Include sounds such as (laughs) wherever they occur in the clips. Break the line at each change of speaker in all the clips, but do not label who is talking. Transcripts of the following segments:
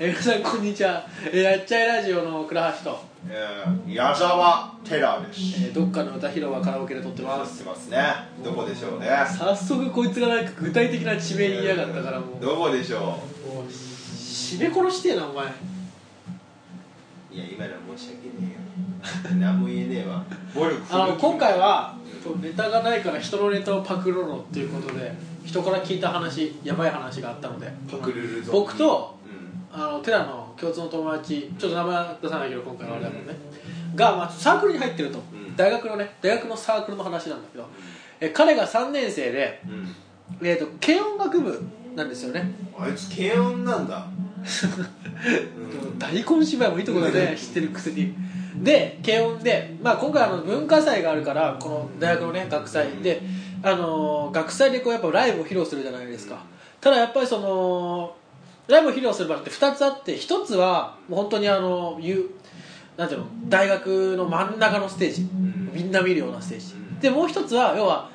え皆さんこんにちはえやっちゃいラジオの倉橋と、
えー、矢沢テラーです
えーどっかの歌広場カラオケで撮ってま
知っ
す
てますねどこでしょうね
早速こいつがなんか具体的な地名言いやがったからもう
どこでしょ
もうし締め殺してえなお前
ういや今のは申し訳ねえよ何も言えねえわ暴力振る
あの今回は
うん
ネタがないから人のネタをパクろうのっていうことで人から聞いた話やばい話があったので
パクるるぞ
僕と
うん
あのテラの共通の友達ちょっと名前は出さないけど今回はあれだもんね、が、まあ、サークルに入ってると、
ん
大学のね大学のサークルの話なんだけどえ彼が3年生で、
うん
えー、と軽音楽部なんですよね、
あいつ軽音なんだうん
大根芝居もいいとこだね知ってるくせにで軽音で、まあ、今回あの文化祭があるからこの大学のね学祭で、あのー学祭でこうやっぱライブを披露するじゃないですか、ただやっぱりそのライブを披露する場所って2つあって1つはもう本当にあのゆなんていうの大学の真ん中のステージ、
ん
みんな見るようなステージ、
うん
でもう1つは要は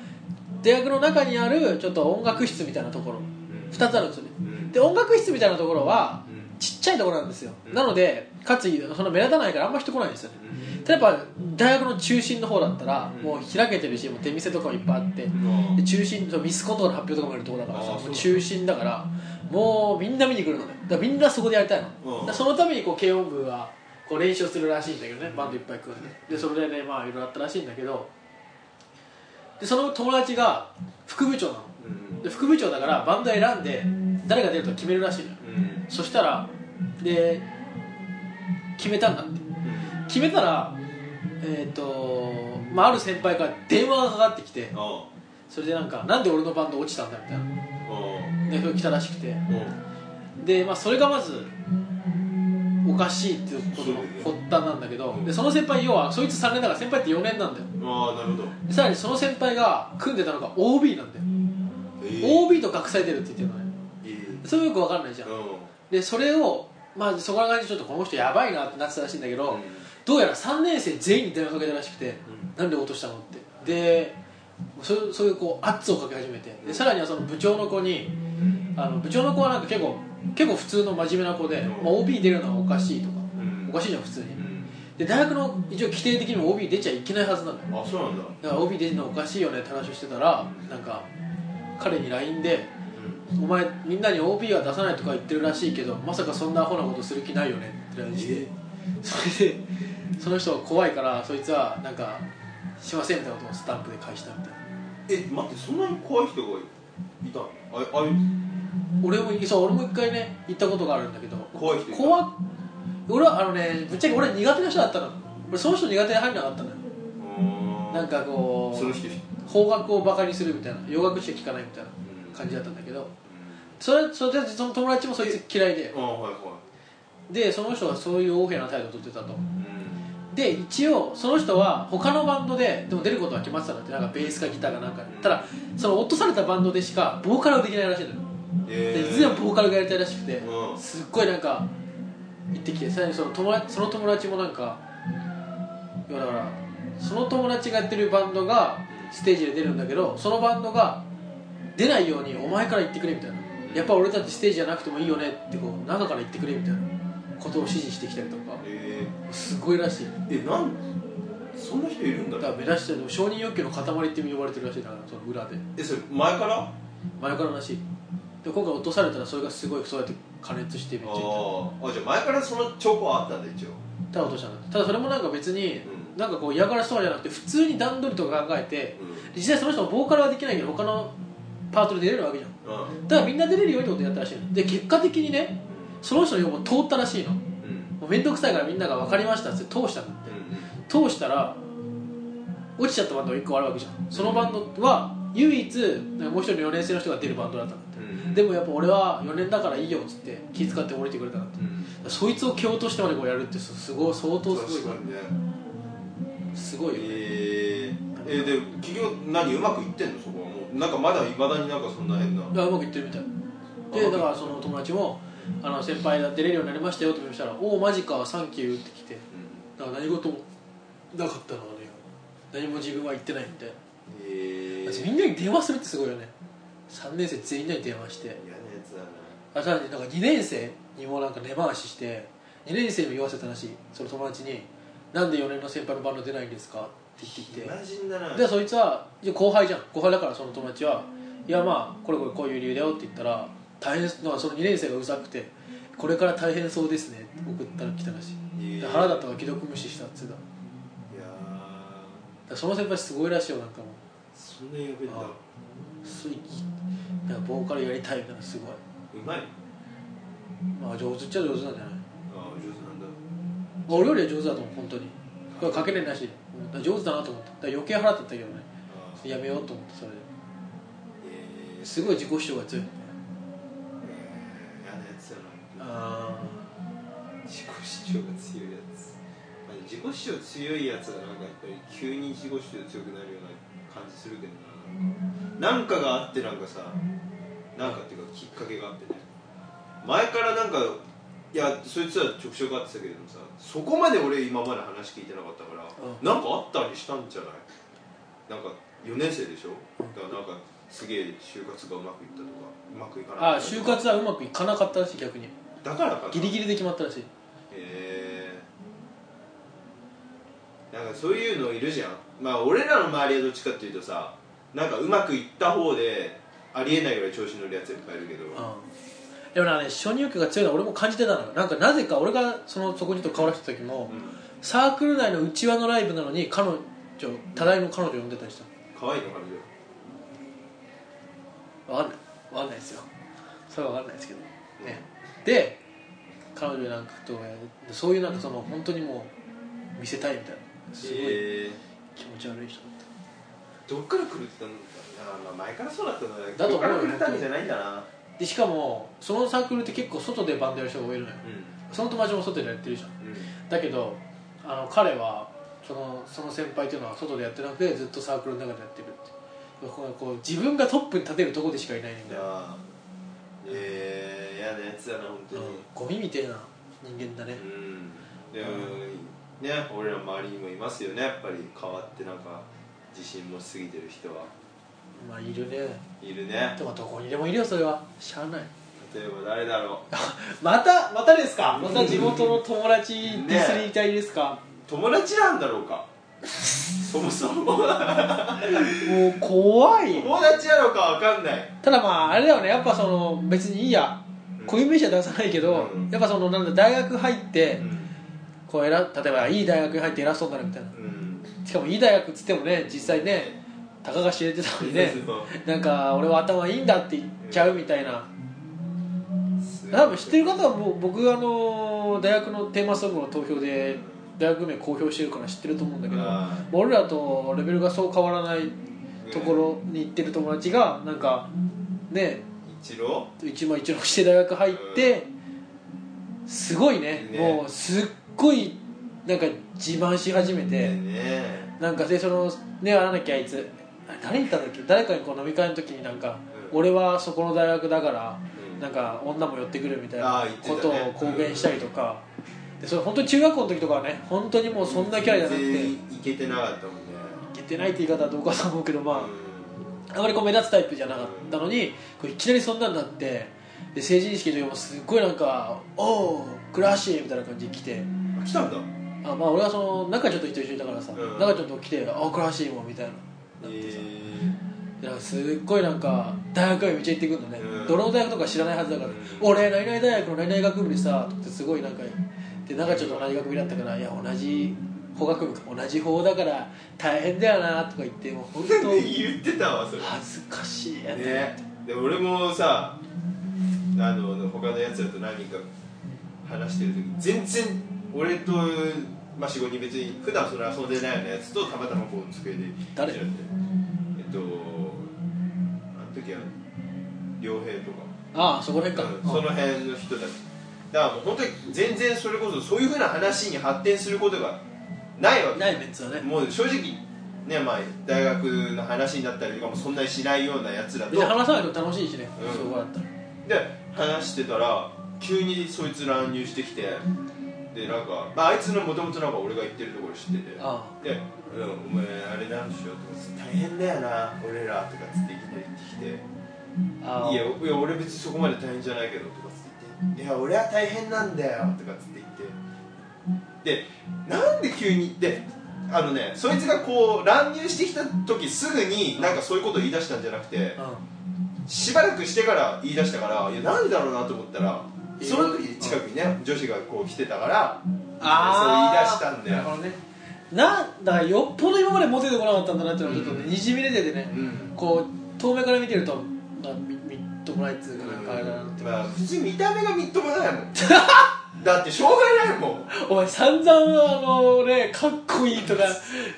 大学の中にあるちょっと音楽室みたいなところ
うん
2つあるんですよね
うん
で音楽室みたいなところは
うん
ちっちゃいところなんですよ、
うん
なのでかつその目立たないからあんま人来ないんですよねただやっぱ大学の中心の方だったら、
うん
もう開けてるしもう出店とかもいっぱいあって、
うん
で中心そうミスコンとかの発表とかもあるところだからさ
あーそう
も
だ
う中心だからもうみんな見に来るのねだからみんなそこでやりたいの、
うん
だからそのためにこう軽音部はこう練習をするらしいんだけどねバンドいっぱい組んででそれでねまあいろいろあったらしいんだけどでその友達が副部長なの
うん
で副部長だからバンド選んで誰が出ると決めるらしいのよ
うん
そしたらで決めたんだって決めたらえっ、と、まあ、ある先輩から電話がかかってきて
おう
それでなんかなんで俺のバンド落ちたんだみたいな
おう
でそれ来たらしくて
おう
で、まあ、それがまずおかしいっていうことの
そう
発端なんだけどでその先輩要はそいつ3年だから先輩って4年なんだよ
ああなるほど
でさらにその先輩が組んでたのが OB なんだよ
えー
OB と学祭出るって言ってるのね
えー
それもよくわかんないじゃん
う
でそれをまあそこら辺でちょっとこの人やばいなってなってたらしいんだけど、
ん
どうやら3年生全員に電話かけたらしくて、なんで落としたのってでそうそういうこう圧をかけ始めてでさらにはその部長の子にあの部長の子はなんか結構結構普通の真面目な子で、
うん
まあ、OB 出るのはおかしいとか
うん
おかしいじゃん普通に
うん
で大学の一応規定的にも OB 出ちゃいけないはずなんだよ
あそうなんだ
だから OB 出るのおかしいよねって話をしてたらなんか彼に LINE で「お前みんなに OB は出さないとか言ってるらしいけどまさかそんなアホなことする気ないよね」って LINE して。それでその人が怖いからそいつはなんかしませんみたいなことをスタンプで返したみたいな
え待ってそんなに怖い人がいたのああいう
俺もそう俺も一回ね行ったことがあるんだけど
怖い人いた
怖っ俺はあのねぶっちゃけ俺は苦手な人だったの俺その人苦手に入んなかったのよ
う
なんかこ
そうの人
方角をバカにするみたいな洋楽しか聴かないみたいな感じだったんだけどそれそれでその友達もそいつ嫌いで
ああはいは
でその人はそういう横柄な態度をとってたと
いうん
で一応その人は他のバンドででも出ることは決まってたんだってなんかベースかギターかなんかでただその落とされたバンドでしかボーカルができないらしいのよで
えー
全部ボーカルがやりたいらしくて
うん
すっごいなんか行ってきてさらにその友達その友達もなんかいやだからその友達がやってるバンドがステージで出るんだけどそのバンドが出ないようにお前から言ってくれみたいなやっぱ俺たちステージじゃなくてもいいよねってこう中から言ってくれみたいなことを指示してきたりとか
え
すごいらしい
ーえなんそんな人いるんだ
だから目指してる承認欲求の塊って呼ばれてるらしいだからその裏で
えそれ前からあ
前かららしいで今回落とされたらそれがすごいそうやって加熱してめっちゃ痛い
ーあじゃあ前からその兆候はあったんだ一応
ただ落としたんだってただそれもなんか別に、
う
なんかこう嫌がらせとかじゃなくて普通に段取りとか考えて
うん
実際その人もボーカルはできないけど他のパートで出れるわけじゃん
うん
だからみんな出れるようにってことやったらしいので結果的にねその人の要望通ったらしいのも
うん
う面倒くさいからみんなが分かりましたっつって通したんだって
う
通したら落ちちゃったバンドが1個あるわけじゃんそのバンドは唯一もう一人の4年生の人が出るバンドだったんだって
んうん
でもやっぱ俺は4年だからいいよっつって気遣って降りてくれたんだって
うん
そいつを蹴落としてまでこうやるってすすごい相当すごい
確かにね
すごいよね
えー、えー、で企業何うまくいってんのそこはもうなんかまだいまだになんかそんな変な
だからうまくいってるみたいでだからその友達も「あの先輩が出れるようになりましたよ」って言したら「おおマジかサンキュー」って来て
うん
だから何事もなかったのはね何も自分は言ってないみたいな
えー、
だってみんなに電話するってすごいよね3年生全員に電話して
嫌なやつだな
あさらになんか2年生にもなんか根回しして2年生も言わせたらしいその友達に「なんで4年の先輩のバンド出ないんですか?」って言ってきて
マジだな
でそいつはいや後輩じゃん後輩だからその友達は「いやまあこれこれこういう理由だよ」って言ったら大変なんかその2年生がうざくて「これから大変そうですね」って送ったら来たらしい
へ
で
ー
腹だったから既読無視したっつうだだか
いやー
らその先輩すごいらしいよなんかもう
そんなやべえんだ
あすいなんかボーカルやりたいみたいなすごいう
まいあ
まあ上手っちゃ上手なんじゃない
あ上手なんだ
俺よりは上手だと思う本当にこれかけれないしうんだから上手だなと思っただから余計腹立ったけどね
あー
やめようと思ってそれで
えー
すごい自己主張が強い
えー嫌なやつやな
あ
自己主張が強いやつ、まあ、自己主張強いやつはなんかやっぱり急に自己主張強くなるような感じするけどななんかなんかがあってなんかさなんかっていうかきっかけがあってね前からなんかいやそいつは直触があってたけれどもさそこまで俺今まで話聞いてなかったから、
う
なんかあったりしたんじゃないなんか4年生でしょだからなんかすげえ就活がうまくいったとかうまくいか
ー
なか
あ
っ
ー
た
就
とか
活はうまくいかなかったらしい逆に
だからかな
ギリギリで決まったらしい
へえなんかそういうのいるじゃんまあ俺らの周りはどっちかっていうとさなんかうまくいった方でありえないぐらい調子乗るやついっぱいいるけど
うんでもなんかね初入局が強いのは俺も感じてたのよなんかなぜか俺がそのそこにと顔出した時も
うん
サークル内の内輪のライブなのに彼女ただいま彼女呼んでたりした
可愛いの彼
わかんないわかんないですよそれはわかんないですけどねで彼女なんかとやそういうなんかその本当にもう見せたいみたいなすご
女
い
へえ
気持ち悪い人だっ
どっから狂ってたんだろうなまあ前からそうだったんだね
だと思
どっ
う
か
よ
ら狂ったんじゃないんだな
たでしかもそのサークルって結構外でバンドやる人が多いのよ
う
その友達も外でやってるじゃん
んうん
だけどあの彼はそのその先輩っていうのは外でやってなくてずっとサークルの中でやってるってこうこう自分がトップに立てるとこでしかいないん
い
だ
や
よ、
ーええ嫌なやつだな本
う
当
ん
に、
ゴミみたいな人間だね
うんでね俺ら周りにもいますよねやっぱり変わってなんか自信持ちすぎてる人は
まあいるね
いるね
でもどこにでもいるよそれはしゃあない
例えば誰だろう
またまたですかまた地元の友達デ
ね
ィスりたいですか、
友達なんだろう
(laughs)
かそもそも
も
友
う怖い
達やろうかわかんない
ただまああれだよねやっぱその別にいいや
うん
固有名詞は出さないけど、
うん
やっぱそのなんだ大学入って、
うん、
こう偉例えばいい大学に入って偉そうになるみたいな
うん、
しかもいい大学っつってもね実際ねたかが知れてたのにねなんか俺は頭いいんだって言っちゃうみたいな多分知ってる方はもう僕あの大学のテーマソングの投票で大学名公表してるから知ってると思うんだけど
あ
俺らとレベルがそう変わらないところに行ってる友達がなんかね
一郎
一万一のして大学入ってすごいね
ね
もうすっごいなんか自慢し始めて。
ね
なんかでそのねあらなきゃあいつあれ誰に言ったんだっけ誰かにこう飲み会の時になんか、
うん
俺はそこの大学だから、
うん
なんか女も寄ってくるみたい
あ
な
ー言ってた
こ
ね
とを公言したりとか、でそれ本当に中学校の時とかはね本当にもうそんなキャラじゃなくて、
全
い
員いけてなかったもんね
けてないって言い方はどうかと思うけどまあ、
う
あまりこう目立つタイプじゃなかったのにこういきなりそんなになってで成人式の時もすっごいなんか「おおクラッシー」みたいな感じで来て。
んあ来たんだ
あまあ俺はその中ちょっと人一緒にいたからさ、
うん
中ちょっと来て「あクラシーも」みたいなな
え
ってさ、
ー
でなんかすっごいなんか大学へめっちゃ行ってくるのね、
うん
どの大学とか知らないはずだから
うん
「俺何々大学の何々学部でさ」ってすごいなんかで中ちょっと同じ学部だったから「いや同じ法学部か同じ法だから大変だよな」とか言ってもう本
(laughs)
当
言ってたわそれ
恥ずかしいやつ、
ねで俺もさあの他のやつらと何人か話してる時全然俺と、まあ、45人別に普段それ遊んでないようなやつとたまたまこう机で
誰
一緒にやってえっとあの時は良平とか
ああそこら辺か、
うんその辺の人たちだからもう本当に全然それこそそういうふうな話に発展することがないわ
う
け
んないメンツはね
もう正直ねまあ大学の話になったりとかもそんなにしないようなやつらと
別に話さないと楽しいしね、
うん
そこだったら
で話してたら急にそいつ乱入してきてでなんか、まあ、あいつのもともとなんか俺が行ってるところ知ってて
あ
で、うん「お前あれなんでしょ?」とかつって「大変だよな俺ら」とかつっていきなり言ってきて「
あああ
いやいや俺別にそこまで大変じゃないけど」とかつって言って「いや俺は大変なんだよ」とかつって言ってでなんで急にであのねそいつがこう乱入してきた時すぐになんかそういうことを言い出したんじゃなくてしばらくしてから言い出したからいやなんでだろうなと思ったらその時近くにね女子がこう来てたから
ああ
そう言い出したんだよ
なるほどねなんだからよっぽど今までモテてこなかったんだなっていうのはちょっとねにじみ出ててね、
うん
こう遠目から見てるとなみみっともないっつうかなんかあれだなって、
まあ普通見た目がみっともないもん (laughs) だってしょうがないもん
お前散々あのねかっこいいとか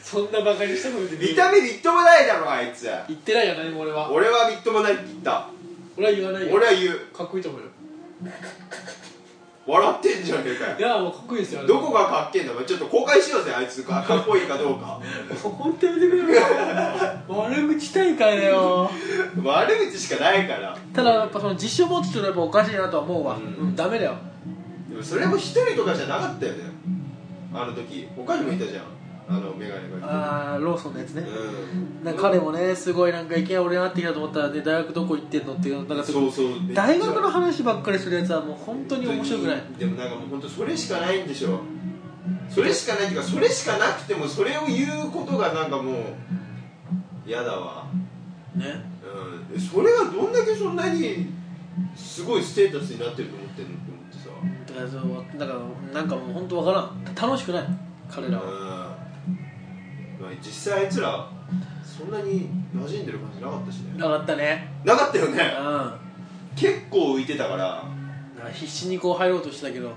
そんなバカにしたことで
見た目みっともないだろあいつ
言ってないよ何も俺は
俺はみっともないって言った
俺は言わないよ
俺は言う
かっこいいと思うよ
笑ってんじゃねえかよ
いやもうかっこいいですよあれ
どこがかっけえんだお前ちょっと公開しようぜあいつかかっこいいかどうか
本当やめてくれよ悪口大会だよ
悪口しかないから
ただやっぱその自信を持つっていうのはやっぱおかしいなとは思うわ、う
うんん
ダメだよ
でもそれも一人とかじゃなかったよねあの時他にもいたじゃんあの眼鏡が
あーローソンのやつね、
うん
なんか彼もねすごいなんかいきなり俺になってきたと思ったらで大学どこ行ってんのっていうなんか
そうそう
大学の話ばっかりするやつはもう本当に面白くない
でもなんかもう本当それしかないんでしょそれしかないっていうかそれしかなくてもそれを言うことがなんかもう嫌だわ
ね
うんそれがどんだけそんなにすごいステータスになってると思ってるのって思ってさ
だからそうだからなんかもう本当わからん楽しくない彼らは、
うんまあ実際あいつらそんなに馴染んでる感じなかったしね
なかったね
なかったよ
うんだ
ね
か
結構浮いてたから
ら必死にこう入ろうとしてたけど
う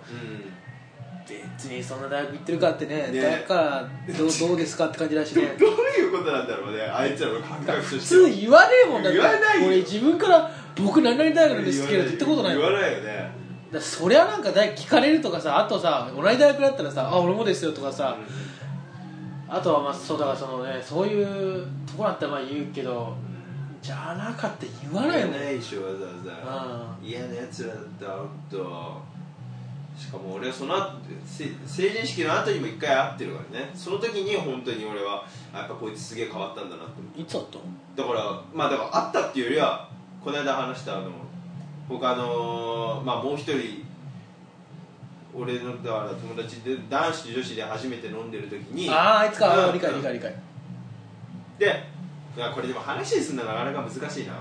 別にそんな大学行ってるかってね
ね
だからどうどうですかって感じだしね
んどういうことなんだろうねあいつらの感覚として
普通言わねえもんだって
言わないよ
俺自分から僕何々大学です好きだって言ったことないもん
言わないよね
だからそりゃなんか大聞かれるとかさあとさ同じ大学だったらさ「あ俺もですよ」とかさ、あとはまあそうだからそのねそういうとこだったらまあ言うけどじゃなかったら言わないよ
言わ
ね
ないでしょわざわざ嫌なやつらだったほんとしかも俺はその後せ成人式の後にも一回会ってるからねその時に本当に俺はあやっぱこいつすげえ変わったんだなって
い
思
つだったの
うだからまあだから会ったっていうよりはこの間話したあの他のまあもう一人俺のだから友達で男子女子で初めて飲んでる時に
あああいつか、
うん
理解理解理解、
でいやこれでも話にするのがなかなか難しいな、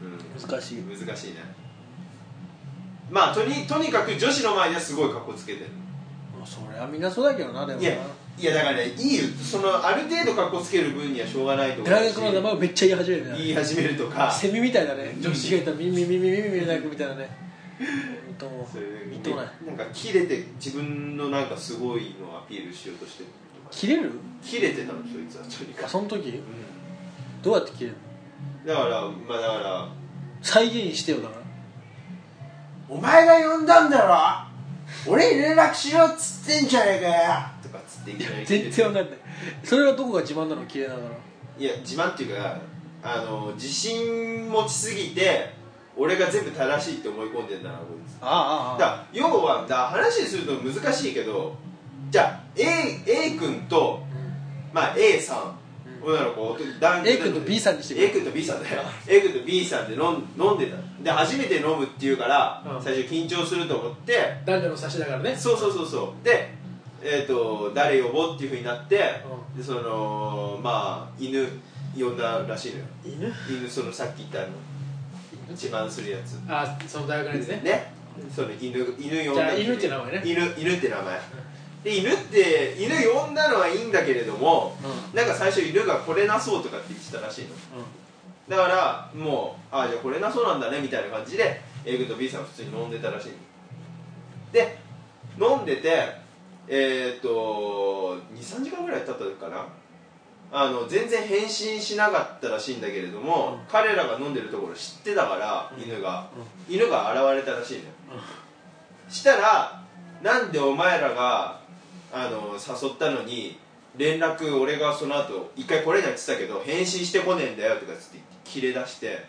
うん、
難しい
難しいねまあとにとにかく女子の前ではすごい格好つけてる
まあそれはみんなそうだけどなでも
い
な
やいやだからねいいよそのある程度格好つける分にはしょうがないと思うし
大学の名前をめっちゃ言い始めるね
言い始めるとか
セミみたいだね女子がいたらミミミミミミミみたいなね本当も
そういう
み
み
っ
ん
と
な
もない
なんか切れて自分のなんかすごいのをアピールしようとしてるとか
切れる
切れてたのそいつはとにか
あ
く、
その時
う
どうやって切れるの
ん、だからまあだから
再現してよだから
「お前が呼んだんだろ俺に連絡しろっつってんじゃねえかよ」とかつっていきなり切れ
全
て
然わかんないそれはどこが自慢なの綺麗ながら
いや自慢っていうかあの自信持ちすぎて俺が全部正しいって思い込んでんだなこいつ
あ
だから要はだから話にすると難しいけどじゃあ A, A 君と、まあ、A さん
うん
女の子男
A 君と B さんにしてくれ
A 君と B さんだよ A 君と B さんで飲ん飲んでたで初めて飲むっていうから、
うん
最初緊張すると思って
男女の差しだからね
そうそうそうそうでえー、と誰呼ぼうっていうふうになって、でそのまあ犬呼んだらしいのよ
犬
犬そのさっき言ったあの自慢するやつ
あその大学のやつ
ねその犬犬呼ん
じゃあ
だ
犬って名前ね
犬犬って名前で犬って犬呼んだのはいいんだけれども
う
なんか最初犬が来れなそうとかって言ってたらしいの
ん、うん、
だからもうああじゃあこれなそうなんだねみたいな感じで A 君と B さんは普通に飲んでたらしいので飲んでてえーっと23時間ぐらい経ったかなあの全然返信しなかったらしいんだけれども、
うん
彼らが飲んでるところ知ってたから、
うん
犬が
うん
犬が現れたらしいのよ
うん
したらなんでお前らがあの誘ったのに連絡俺がその後一回来れないって言ってたけど返信してこねえんだよとかつって切れ出して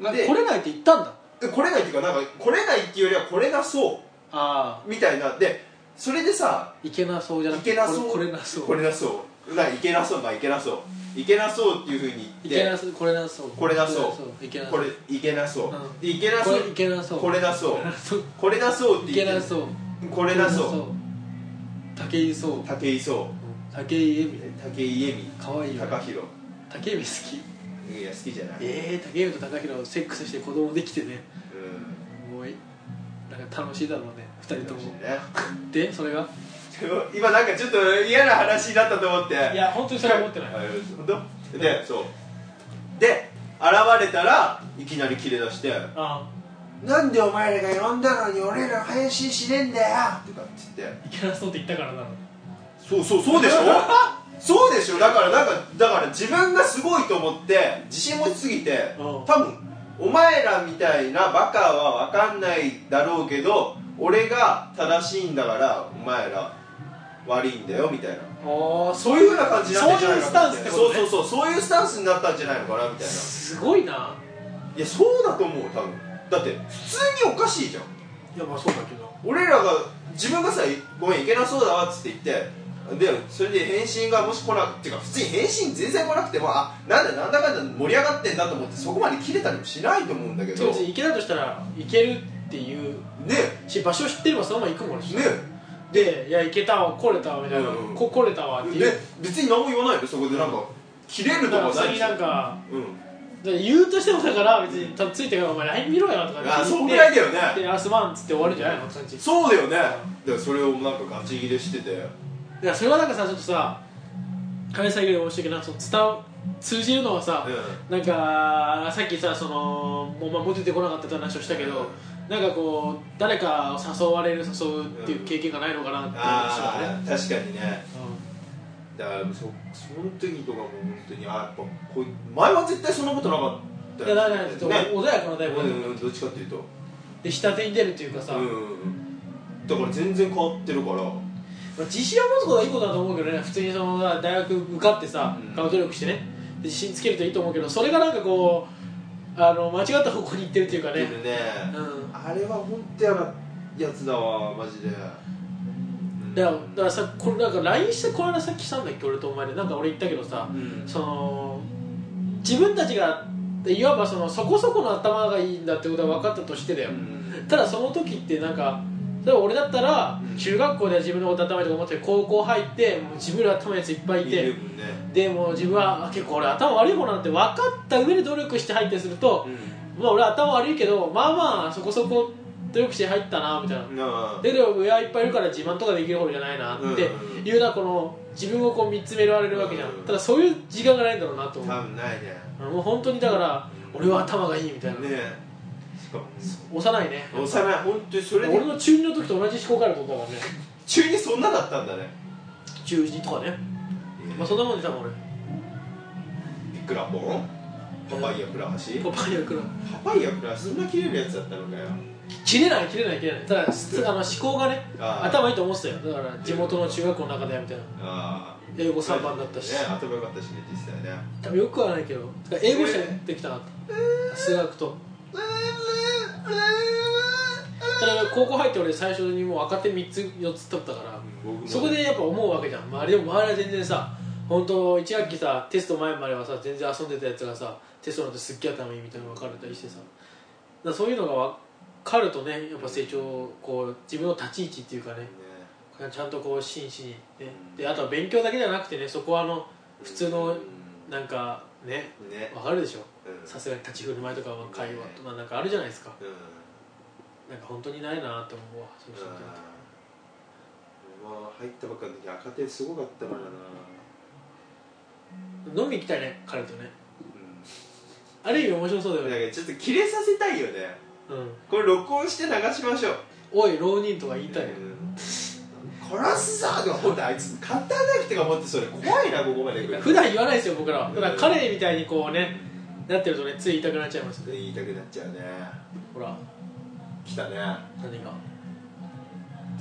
で
来れないって言ったんだ
え来れないっていうかなんか来れないっていうよりは来れなそ
ああ
うみたいなでそれでさ
いけなそうじゃなく
いけなそう
これこれなそう
来れなそうなんかいけなそうまあいけなそういけなそうっていうふうに
い
言
け
っ
な
て
そうこれなそう
これなそう
いけなそ
こ
う
れいけなそう
うん
でいけな
こ
そう
れいけなそう
これなそう
そう
これなそうって
い
言
け
っ
な
て
そう
これなそう
竹井壮
武井壮
竹井絵美
武井絵美
かわいいよね
高弘
竹井絵美好き
いや好きじゃない
ええ竹井絵美と高弘セックスして子供できてね
うん
すごいなんか楽しいだろうね二人と
楽しい
も
ね
でそれが
でも今なんかちょっと嫌な話だったと思って
いや本当にそれは思ってない
はい本当でそうで現れたらいきなり切れ出して
あ
「なんでお前らが呼んだのに俺ら返信しねえんだよ!」とかって言って
いけなそうって言ったからな
そうそうそうでしょ (laughs) そうでしょだからなんかだから自分がすごいと思って自信持ちすぎて
うん
多分お前らみたいなバカは分かんないだろうけど俺が正しいんだからお前ら悪いんだよみたいな
ああ
そういうふうな感じになったんじゃないの
そういうスタ
かな
ンスってこ
そ
と
う
ね
そうそうそういうスタンスになったんじゃないのかなみたいな
すごいない
やそうだと思う多分だって普通におかしいじゃん
いやまあそうだけど
俺らが自分がさ「ごめんいけなそうだわ」っつって言ってでそれで返信がもし来なくていうか普通に返信全然来なくてもあなんだなんだかんだ盛り上がってんだと思ってそこまで切れたりもしないと思うんだけど
別に
ね
いけたとしたらいけるっていうし場所知ってればそのまま行くもんね
ね
で「いやいけたわ来れたわ」みたいな
うんうん
「こ来れたわ」ってい
ね
う
別に何も言わないよそこでなんか切れる
だ
と
か
から
別
はない
になんか
うん
で言うとしてもだから別にたついてから「お前 LINE 見ろよ」とかって言っ
あ
て
そんぐらいだよね
で「あすまん」っつって終わるんじゃないのって感じい
そうだよねだからそれをなんかガチ切れしてて
やそれはなんかさちょっとさ金下げる申し訳ないその伝わ通じるのはさ、なんかさっきさそのもうまあもう出てこなかったって話をしたけど、なんかこう誰かを誘われる誘うっていう経験がないのかなって話はね、
ああ確かにね
うん
だからそその時とかも本当にあやっぱこう前は絶対そんなことなかった
いやだからちょっと
ね
穏やかなタイプ
う
で,、
んうんどっちかっていうと
で下手に出るというかさ、
うんうんうんだから全然変わってるから
まあ自信を持つことはいいことだと思うけどね普通にその大学受かってさ
うん
顔努力してねで自信つけるといいと思うけどそれがなんかこうあの間違った方向に行ってるっていうか
い
ね
けるね
うん
あれは本当やなやつだわマジで
だからだからさこれなんか LINE してこの間さっきしたんだっけ俺とお前でなんか俺言ったけどさ
うん
その自分たちがいわばそのそこそこの頭がいいんだってことは分かったとしてだよ、
うん
ただその時ってなんか例えば俺だったら
うん
中学校では自分のこと頭いいとか思ってて高校入ってもう自分の頭のやついっぱいい
い
て
るもんね
でもう自分はあ結構俺頭悪い方なんて分かった上で努力して入ってすると、まあ俺頭悪いけどまあまあそこそこ努力して入ったなみたいな
うんなあ
ででも上はいっぱいいるから自慢とかできる方じゃないなって
うん
いうなこの自分をこう見つめられるわけじゃん、
うん
ただそういう時間がないんだろうなと思
多
う、
分ないね
もう本当にだから俺は頭がいいみたいな、
ねえしかも
幼いね
幼い本当にそれで
俺の中二の時と同じ思考回路だったもんね
中にそんなだったんだね
中二とかねまあそんなもんで多分
ビックラポンパパイヤプラハシ
俺パパイヤくら
パパイヤプラそんな切れるやつだったのかよ
切れない切れない切れないただすあの思考がね
あー
頭いいと思ってたよだから地元の中学校の中でみたいな
あ
英語3番だったし、
ね頭良かったしね実際ね
多分よくはないけどてか英語しかできたかった数学とただ高校入って俺最初にもう赤点3つ4つ取ったから
僕も
そこでやっぱ思うわけじゃん周りでも周りは全然さ本当一学期さテスト前まではさ全然遊んでたやつがさテストなんてすっげえ頭いいみたいなの分かれたりしてさだからそういうのが分かるとねやっぱ成長こう自分の立ち位置っていうかね
ね
ちゃんとこう真摯に、ね、であとは勉強だけじゃなくてねそこはあの普通のなんかね
うんね
わかるでしょ
うん
さすがに立ち振る舞いとかは会話とかなんかあるじゃないですか
うんうん
なんか本当にないなって思うわそういう人って
俺は入ったばっかの時赤点すごかったからな
飲み行きたいね彼とね
う
ある意味面白そうだ
ん
よね
なんかちょっと切れさせたいよね
うん
これ録音して流しましょう
おい浪人とか言いたいよ
うん殺すぞとか思ってあいつカッターナイフとか持ってそれ怖いなここまで来る
普段言わないですよ僕らは
うん
だから彼みたいにこうねなってるとねつい言いたくなっちゃいますね
言いたくなっちゃうね
ほら
来たね
何が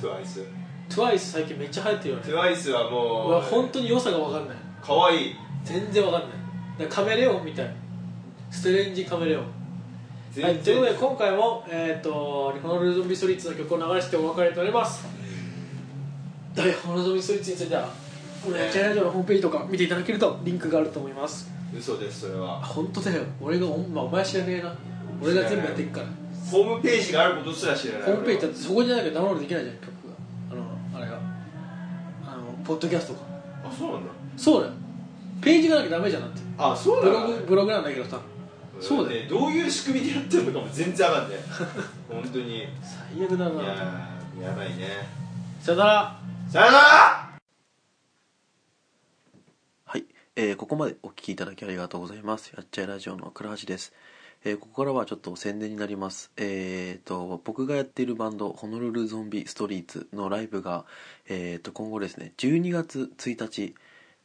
TWICE
TWICE 最近めっちゃ流行ってるよね
TWICE は
俺
も
は
う
本当に良さが分かんない
かわいい
全然わかんないだからカメレオンみたいストレンジカメレオンはい、ということで今回も、えー、と日本のルゾンビストリーツの曲を流してお別れとなります。はい、ホノルゾンビストリーツについてはねチェンラジオのホームページとか見ていただけるとリンクがあると思います
嘘ですそれ
あ
は
本当だよ俺がお,、まあ、お前知らねえな俺が全部やっていくから
ホームページがあることすら知らない
ホームページだっ
俺
てそこじゃなきゃダウンロードできないじゃん曲があのあれがあのポッドキャストとか
はあそうなんだ
そうだよページがなきゃダメじゃんだって
あそう
ブ
な
ロ
んだ
グブログなんだけどさそうだよ
ねどういう仕組みでやってるのかも全然わかんない本当にいや
最悪だな
ーやばいね
さよなら
さよなら
はい、えーここまでお聞きいただきありがとうございます。やっちゃいラジオの倉橋です。えーここからはちょっと宣伝になります。えーと、僕がやっているバンド、ホノルルゾンビストリートのライブが、えーと、今後ですね、12月1日、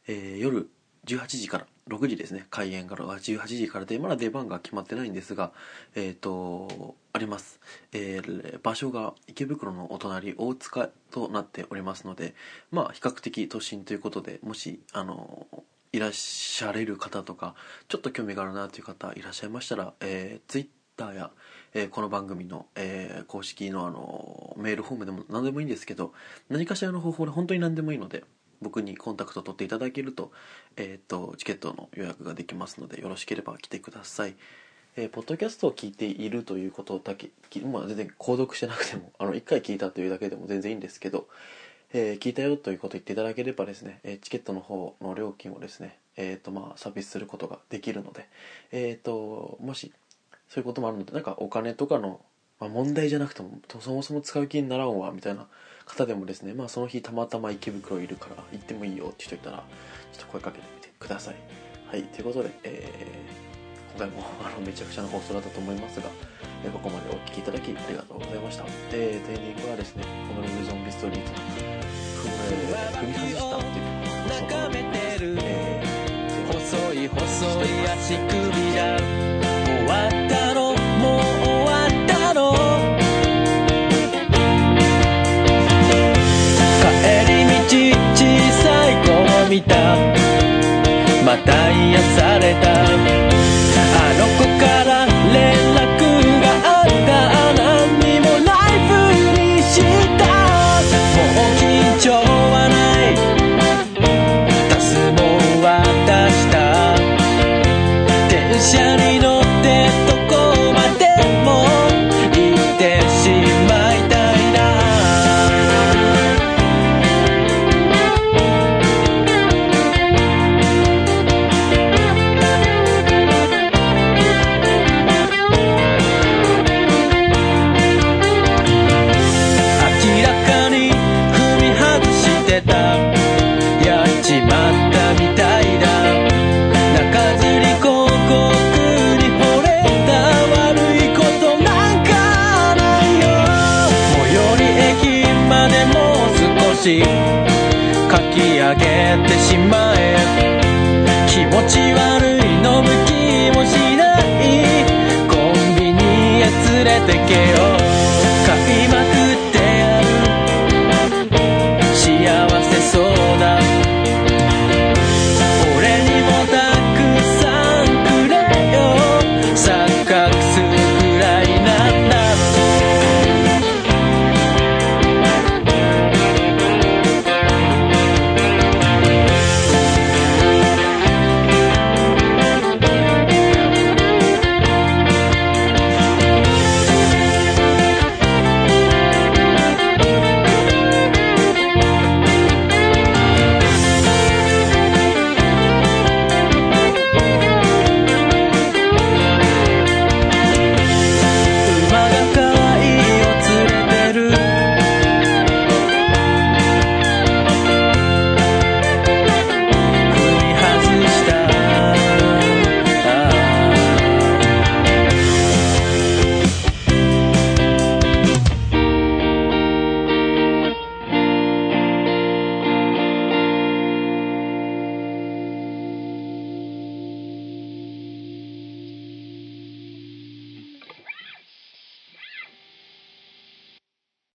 えー夜18時から、6時ですね、開演から、あ18時からで、まだ出番が決まってないんですが、えーと、あります。えー場所が池袋のお隣、大塚となっておりますので、まあ、比較的都心ということでもしあのいらっしゃれる方とかちょっと興味があるなという方いらっしゃいましたら、えー、Twitter や、えーこの番組の、えー公式のあのメールフォームでも何でもいいんですけど何かしらの方法で本当に何でもいいので僕にコンタクト取っていただけると,、えー、とチケットの予約ができますのでよろしければ来てください。えーポッドキャストを聞いているということだけ、きまあ、全然購読してなくてもあの1回聞いたというだけでも全然いいんですけど、えー聞いたよということを言っていただければですね、えーチケットの方の料金をですね、えーとまあ、サービスすることができるので、えー、ともしそういうこともあるのでなんかお金とかの、まあ、問題じゃなくてもとそもそも使う気にならんわみたいな方でもですね、まあ、その日たまたま池袋いるから行ってもいいよって人いたらちょっと声かけてみてください。はい、ということで、えー今回も (laughs) あのめちゃくちゃな放送だったと思いますが、えーここまでお聴きいただきありがとうございました。えー、とエンディングはですね、このルゾンビストリートの踏み外したっていうか
眺めてる
えー
細い細い足首が終わったろもう終わったろ帰り道小さい子を見たまた癒されたあの子から連絡があった何にもないふりしたもう緊張はないガスも渡した電車に乗ってどこまでも行ってしまいたいな明らかに踏み外してたやっちまったみたいだ中吊り広告に惚れた悪いことなんかないよ最寄り駅までもう少しかき上げてしまえ気持ち悪い飲む気もしないコンビニへ連れてけよ